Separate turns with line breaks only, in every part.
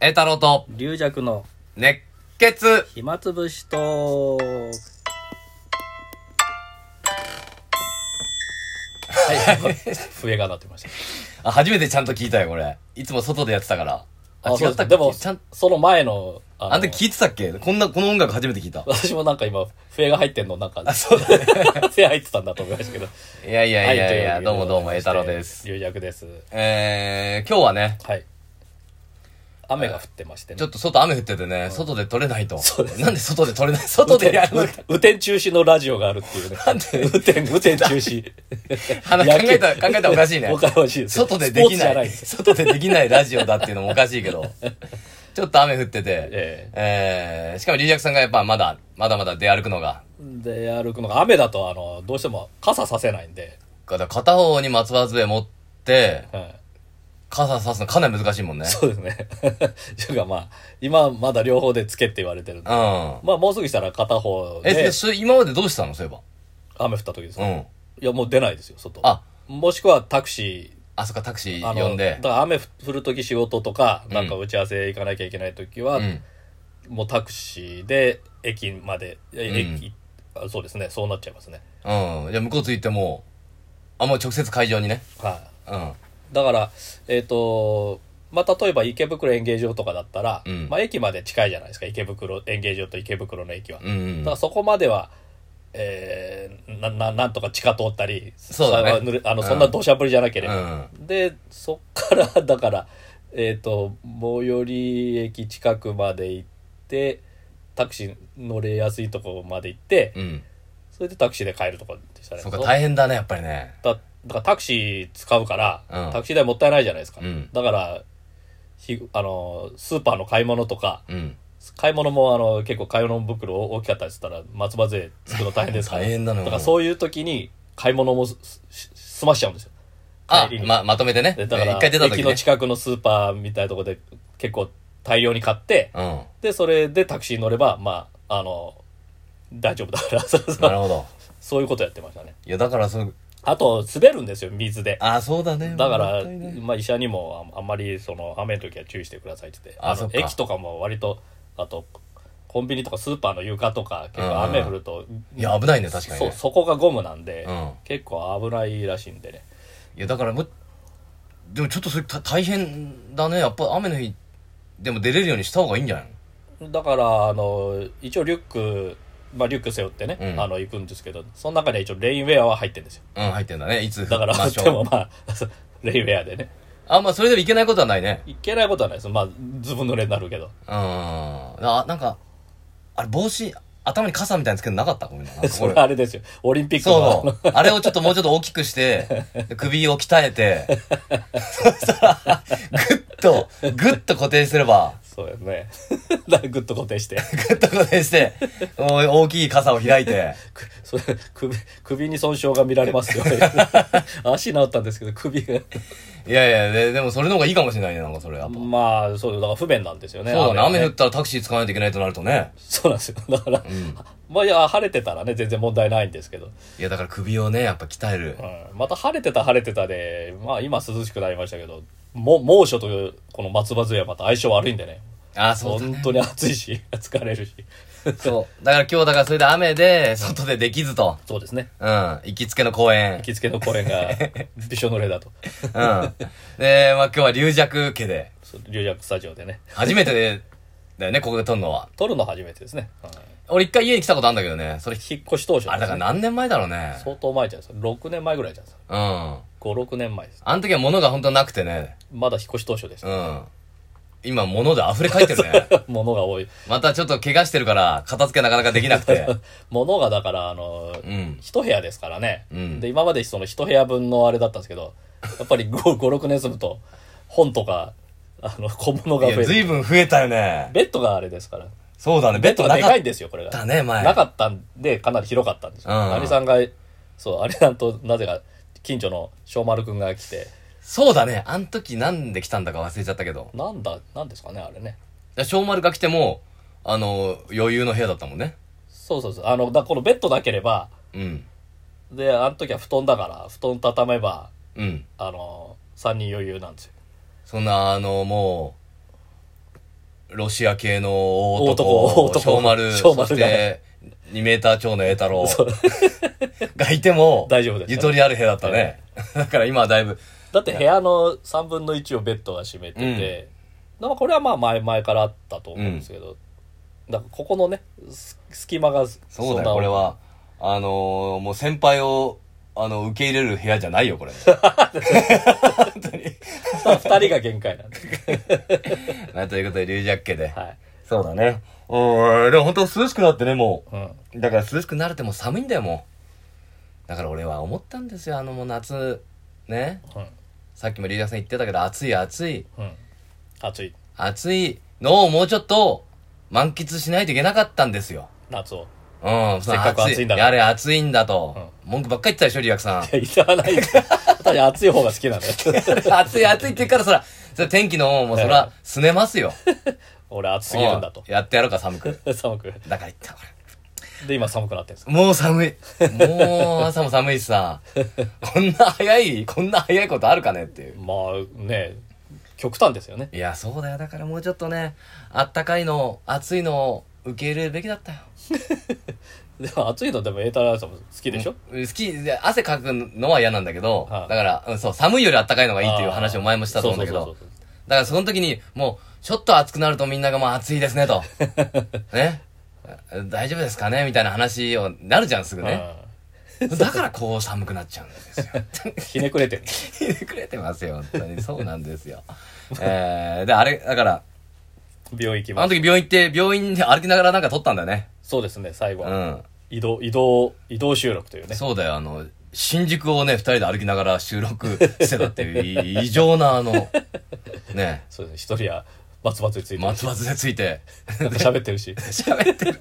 栄太郎と
龍尺の
熱血
暇つぶしとはい、笛が鳴ってました。
あ初めてちゃんと聞いたよこれいつも外でやってたからあ
あ、
違
そう
ったっけ
でも
ちゃん、
その前の、あ
あんた聞いてたっけこんなこの音楽初めて聞いた
私もなんか今、笛が入ってんの、なんか、
あそうだね
笛入ってたんだと思いましたけど。
いやいやいやいや、
と
どうもどう
こ
も
と
栄太郎です
龍尺です。
えー、今日はね
はい。雨が降ってましてね。
ちょっと外雨降っててね、外で撮れないと。
そうです
なんで外で撮れない外でやるのか。
雨天中止のラジオがあるっていうね。
なんで
雨天、雨天中止。
話考えた、考えたらおかしいね。
おかしいです。
外ででき
スポーツじ
な
ゃ
い
ないです。
外でできないラジオだっていうのもおかしいけ ど。ちょっと雨降ってて。
え
えーしかもリージャクさんがやっぱまだ、まだまだ出歩くのが。
で歩くのが雨だとあのどうしても傘させないんで、
だから片方に松葉杖持って、
はい
傘差すのかなり難しいもんね。
そうですね というかまあ今まだ両方でつけって言われてるんで
う、ん。
まあもうすぐしたら片方
え、
で
でそれ今までどうしてたのそういえ
雨降った時です
ば。
ね、
うん。
いやもう出ないですよ外
あ、
もしくはタクシ
あそこタクシ
ーあ
ー
の
呼んで
だか。ら雨降る時仕事とかなんか
うん
打ち合わせ行かなきゃいけない時は、
うん。
もうタクシーで駅まで、え駅あそうですねそうなっちゃいますね
うん。じゃあ向こう着いても、あ、もう直接会場にね。
はい、
うん。
だから、えっ、と、まあ、例えば池袋演芸場とかだったら、
うん
まあ、駅まで近いじゃないですか、池袋、演芸場と池袋の駅は。
うん、うん
だからそこまでは、えーな、な、なんとか地下通ったり、
そうだね
さあぬれあの、
うん
そんな土砂降りじゃなければ。
うん。
で、そっから、 だから、えっ、と、最寄り駅近くまで行って、タクシー乗れやすいとこまで行って、
うん。
それでタクシーで帰るとかでしたね。
そうか、
そ
大変だね、やっぱりね。
だだからタクシー使うから、
うん
タクシー代もったいないじゃないですか、
うん
だからひあのスーパーの買い物とか
うん。
買い物もあの結構買い物袋大きかったりしたら松葉杖つくの大変ですから
大変だねもう
からそういう時に買い物もすす済ましちゃうんですよ
あ
帰り、に
ま、まとめてね。
でだか
一
ら
回出た時
駅の
ね。
近くのスーパーみたいなとこで結構大量に買って
うん。
でそれでタクシーに乗ればまああの大丈夫だから そうそう
なるほど。
そういうことやってましたね
いや、だから、その、
あと滑るんですよ水で
あ、そうだね。
だから、
もったいない
まあ、医者にもああんまりその雨の時は注意してくださいって言って
あ
あ
そっ
の
か
駅とかも割とあとコンビニとかスーパーの床とか結構雨降ると、
いや、危ないね、確かに
そ
ね。
そこがゴムなんで、
うん
結構危ないらしいんでね
いや、だからもう、でもちょっとそれた大変だね。やっぱ雨の日、でも出れるようにした方がいいんじゃないの
だからあの一応リュック、まあ、リュック背負ってね、
うん
あの行くんですけどその中には一応レインウェアは入ってるんですよ
うん、入ってんだね。いつ、
だから、
まあ
でもまあ そうレインウェアでね
あ、まあ、それでもいけないことはないね。
いけないことはないですまあずぶ濡れになるけど
うん。あ、なんか、あれ、帽子、頭に傘みたいにつけるのなかったごめんな。なんか
そ
こ
れ
れ
はあれですよオリンピックのあ
そ
の
う。あれをちょっともうちょっと大きくして、首を鍛えて、そしたら、ぐっと、ぐっと固定すれば、
そうやねだからグッと固定して
ぐっと固定して、お大きい傘を開いて、
くそれ首首に損傷が見られますよ 足治ったんですけど首が
いやいや、ででもそれの方がいいかもしれないね、なんかそれやっぱ。
まあそうだから不便なんですよね
そうだね、雨
雨は
降ったらタクシー使わないといけないとなるとね。
そうなんですよだから、まあいや晴れてたらね全然問題ないんですけど、
いや、だから首をね、やっぱ鍛える
う。ん、また晴れてた晴れてたでまあ今涼しくなりましたけども猛暑というこの松葉杖はまた相性悪いんでね
あ、そうだ
本
ね。
当に暑いし疲れるし
そう。だから今日、だからそれで雨で、外でできずと。
そうですね
うん。行きつけの公園
行。きつけの公園がびしょ濡れだと
うん。で、まあ今日は龍尺家で、
そう龍尺スタジオでね
初めてで、だよね、ここで撮るのは。
撮るの初めてですね、うん
俺一回家に来たことあるんだけどね。それ、
引っ越し当初ですね
あれだから何年前だろうね。
相当前じゃないですか6年前ぐらいじゃないですか
うん。あ
56年前です
の時は物が本当なくてね。
まだ引っ越し当初です、
うん。今物で溢れ返ってる ね。
物が多い
またちょっと怪我してるから、片付けなかなかできなくて。
物がだからあの、
うん。
一部屋ですからね、
うん
で今までその一部屋分のあれだったんですけどやっぱり56年住むと本とかあの小 物
い
が増
や、
え
ず
て
いぶん増えたよね。
ベッドがあれですから
そうだね。ベ
ベッ
ッ
ド
ド
が
な
で
か
か
っ
いんですよこれが
たね、前。
なかったんでかなり広かったんですよ
うん
アリさんがそうアリさんとなぜか近所の小丸くんが来て
そうだね。あの時なんで来たんだか忘れちゃったけど。
なんだなんですかねあれね
だ小丸が来ても、あの、余裕の部屋だったもんね。
そうそうそうあのだこのベッドなければ
うん。
であの時は布団だから布団畳めば
うん。
あの3人余裕なんですよ
そんな、あの、もう、ロシア系の大
大
男、
男
小丸、
小丸
そ
が
して、2メーター超の栄太郎
そう
がいても、
大丈夫でした
ゆとりある部屋だったね。だから今はだいぶ、
だって部屋の3分の1をベッドが占めてて、だからこれはまあ前々からあったと思うんですけど、だからここのねす隙間がそ
そうんだ
な
よ、これ は。あのー、もう先輩を、あの、受け入れる部屋じゃないよ、こ れ。
2人が限界なんで、
はいということで、リュージャッケで。
はい
そうだね。うん、でも本当涼しくなってね、も
うん、
う。だから涼しくなれても寒いんだよ、もう。だから俺は思ったんですよ、あのもう夏、ね。
うん
さっきもリーダーさん言ってたけど、暑い暑い、
うん、暑い
暑いのをもうちょっと満喫しないといけなかったんですよ。
夏を
うん、
せっかく暑いんだから
やれ暑いんだと。文句ばっかり言ってたでしょ、リアクさん。
いや言わないです私暑い方が好きなん だよ
暑い暑いって言うから、そら、そら天気の、もうそ
え
ら、すねますよ。
俺暑すぎるんだと
うやってやろうか、寒く。
寒く
だから言った、これ。
で今寒くなってるんです
もう寒い。もう朝も寒いしさ。こんな早い、こんな早いことあるかねっていう。
まあね極端ですよね
いや、そうだよ。だからもうちょっとね、あったかいの、暑いのを受け入れるべきだったよ。
でも暑いのでもエータラーさんも好きでしょ、
好き、で汗かくのは嫌なんだけど、
はい
だから、うんそう、寒いよりあったかいのがいいっていう
あー
話を前もしたと思うんだけ
そう
ど
そう、そうそう
だからその時に、もう、ちょっと暑くなるとみんながもう暑いですね と。ね。大丈夫ですかねみたいな話をなるじゃん、すぐね。
うん
だからこう寒くなっちゃうんですよ。
ひねくれてる
ひねくれてますよ、本当に。そうなんですよ。えー、で、あれ、だから、
病院行き
あ
ま
の
す
時病院行って、病院で歩きながらなんか撮ったんだよね。
そうですね最後
う
は、
ん。
移動移動移動収録というね
そうだよ、あの、新宿をね、二人で歩きながら収録してたっていう、 い異常な、あの、ね、
そうですね一人はバツバツについてる
松松でついて、
なんか喋ってるし
喋ってる。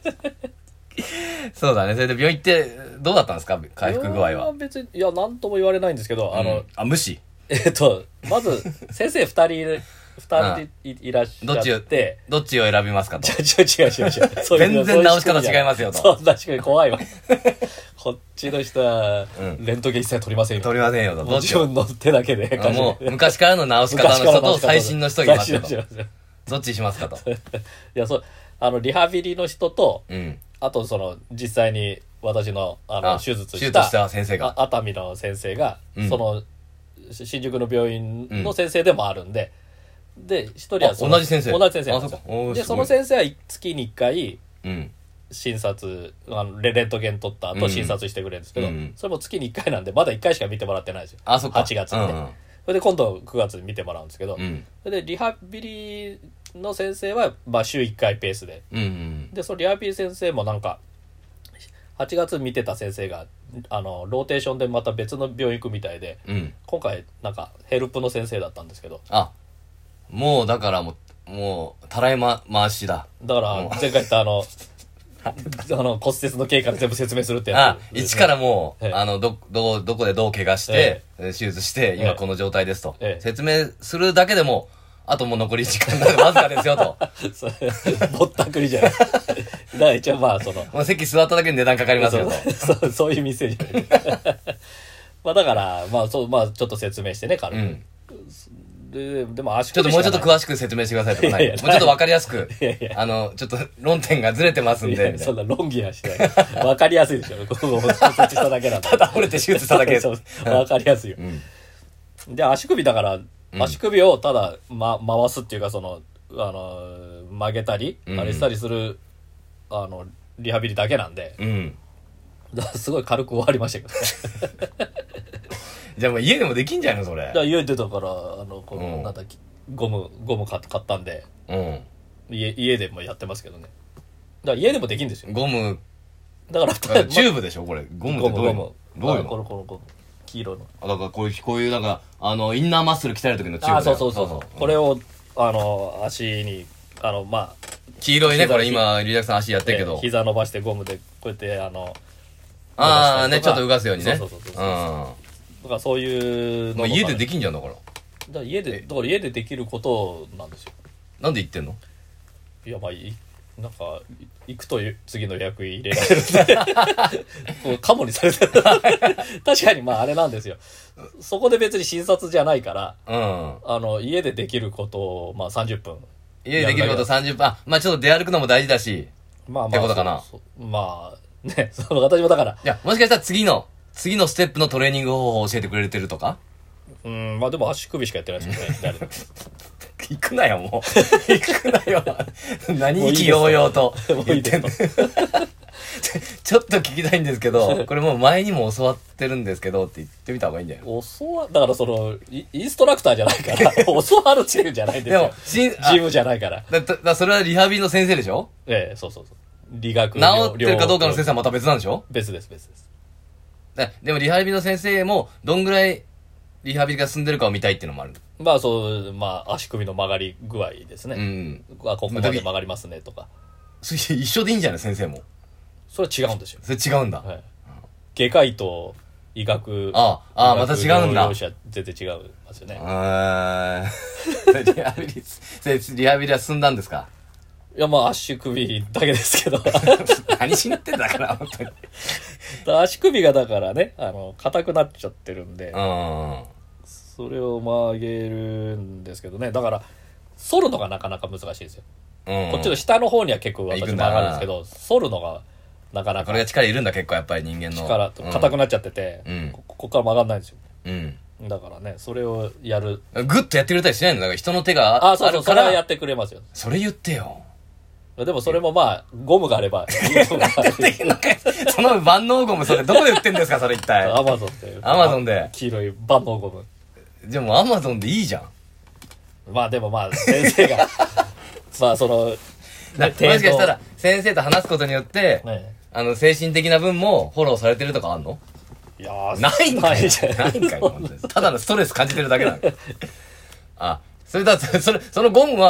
そうだね、それで病院行って、どうだったんですか 回復具合
いや
は。
別にいや何とも言われないんですけど、あ
う
の
んあ、無視
えっとまず先生二人いる二人いいらっし
どっち
ゃって
どっちを選びますか と。
ちょちょ違う違う違う違うそうい
全
う
然直し方違いますよと
そう確かに怖いわ こっちの人は
うん
レントゲン一切取りませんよ、
取りませんよと。
も
ど
う
っち
自
を。
分の手だけで
あもう、昔からの直し方の
昔か
人
ら
と最新の人がいます
最
よ
新の
と
人。がいます
ど
よ
っちにしますかと。
いやそうあのリハビリの人と
うん。
あとその実際に私のあの
あ
手術
手
し
術
た
した先生が
あ熱海の先生が、
うん
そのし新宿の病院の先生でもあるんで、で一人はその
あ同じ先生
同じ先生なんです
あそ
よ
うかおー
ですそ
ごい
の先生は月に1回
うん。
診察あのレレントゲン取った
う
後
ん
診察してくれるんですけど、
うん
それも月に1回なんでまだ1回しか見てもらってないんですよ
あ、そっか。
8月
う
にね、
ん
それで今度9月に見てもらうんですけど、
うん。
それでリハビリの先生は、まあ、週1回ペースで
うん。うん。
でそのリハビリ先生もなんか8月見てた先生があのローテーションでまた別の病院行くみたいで
うん。
今回なんかヘルプの先生だったんですけど
あ、もうだからもう、もう、たらいま、回しだ。
だから前回言ったあのあの骨折の経緯から全部説明するってや
あ
つ、
一からもう、
ええ
あの、ど、どう、どこでどう怪我して、手術して、
ええ
今この状態ですと
え。え
説明するだけでも、あともう残り時間 なんでわずかですよと。
それぼったくりじゃない だから一応まあその
もう席座っただけに値段かかりますよと。
そうそうそういう店じゃない まあだからまあそうまあちょっと説明してね軽
う
く、
ん。
ででも足
ちょっと
首
も
しか
うちょっと
ない
詳しく説明してくださいとかないい。
や
も
いうや
ちょっとわかりやすく
いやい、や
あの、ちょっと論点がずれてますん
い
で、
やい
み
や
たい
そん
な。
な論議はしない。わかりやすいでしょ。ここを設置しただけなんだ。た
倒れて手術 しただけ。
そうそうわかりやすいよ。で、足首だから、足首をただ、ま、回すっていうか、その、あの、曲げたり、
うん
あれしたりする、あの、リハビリだけなんで、
うん。
だからすごい軽く終わりましたけど。
じゃあもう家でもできんじゃないのそれ
だか。ら家出たから、あの、こ
う
の、
ん
なんだっけ、ゴム、ゴム買買ったんで、
う
家、家でもやってますけどね。だから家でもできるんですよ。
ん。ゴム、
だから、
チューブでしょこれ。ゴムってどういうのどういう
あこ
の
の、この、この、黄色の。
あだからこういう、こういうなんか、あの、インナーマッスル鍛える時のチューブだよ。
あそうそうそうそう、これをあの足にあのまあ
黄色いね、
膝
これ今、リュウジャクさん足やってるけ
えー
ど。
膝伸ばしてゴムでこうやってあの
ああ、ね、
伸ばしたりとか
ちょっとうがすようにね。
そうそうそうそう
うん。
だからそういう
ま
の
あ
も
家でで
き
きんじゃんだから。
だから家でだから家でできることなんですよ
なんで言ってんの
いやまあいなんかい行くという次の予約入れられるんで こうカモにされてる 確かにまああれなんですよそこで別に診察じゃないから
うん。
あの家でできることをまあ30分
家でできること
やる
30分、あ、まあちょっと出歩くのも大事だし、
まあまあ。
ってことかな
そうそうまあ、ね、 その私もだから、
いや、もしかしたら次の、次のステップのトレーニング方法を教えてくれてるとか
うん、まあでも足首しかやってないですよね、誰でも
行くなよ、もう。 行くなよ。何意気揚々と
もうい
言
い
っ
で
て
す
んの ちょっと聞きたいんですけど、これもう前にも教わってるんですけどって言ってみた方がいいんじゃない
教わ、だからその、イインストラクターじゃないから、 教わるっていうんじゃないん
で
ですよ。
も、しん、あ
ジムじゃないから。
だ、だ、だそれはリハビリの先生でしょ
ええ、そうそうそう。理学
治ってるかどうかの先生はまた別なんでしょ
別です、別です。
だでもリハビリの先生も、どんぐらいリハビリが進んでるかを見たいっていうのもある。
まあそう、まあ足首の曲がり具合です
う
ね。
ん。
あ、ここまで曲がりますねとか。
それ一緒でいいんじゃない先生も。
それは違うんですよ。
それ違うんだ。
はい。外科医と医学。
あああまた違うんだ
両者全然違いますよね。
あー リハビリ、せリハビリは進んだんですか
いや、まあ足首だけですけど。
何しにってんだから、本当に。
足首がだからね、あの、硬くなっちゃってるんで。
うん。
それを曲げるんですけどねだから反るのがなかなか難しいですよ、
うん、
こっちの下の方には結構
行く
私曲
んだな
がるんですけど反るのがなかな
こ
か
れが力いるんだ、結構やっぱり人間の。
力と硬く
な
なっちゃってて、
うん
こここから曲がんないんですよ
うん。
だからねそれをやる
うん。グッとやってくれたりしないのだから人の手が
あ
あ
そうそう
るか
それはや
ら
っ、てくれますよ
それ言ってよ。
でもそれもまあゴムがあれば
その万能ゴム、それどこで売ってんですか、それ一体。
アマゾンって
アマゾンで。
黄色い万能ゴム
じゃあもうアマゾンでいいじゃん。
まあでもまあ先生 がまあその
だもし
程
か
度
したら、先生と話すことによって、
ね
あの、精神的な分もフォローされてるとかあんの
いやー
ないんかい。
じゃ
ないんかい。本当にただのストレス感じてるだけだ。あ、それだ、それ、そのゴムは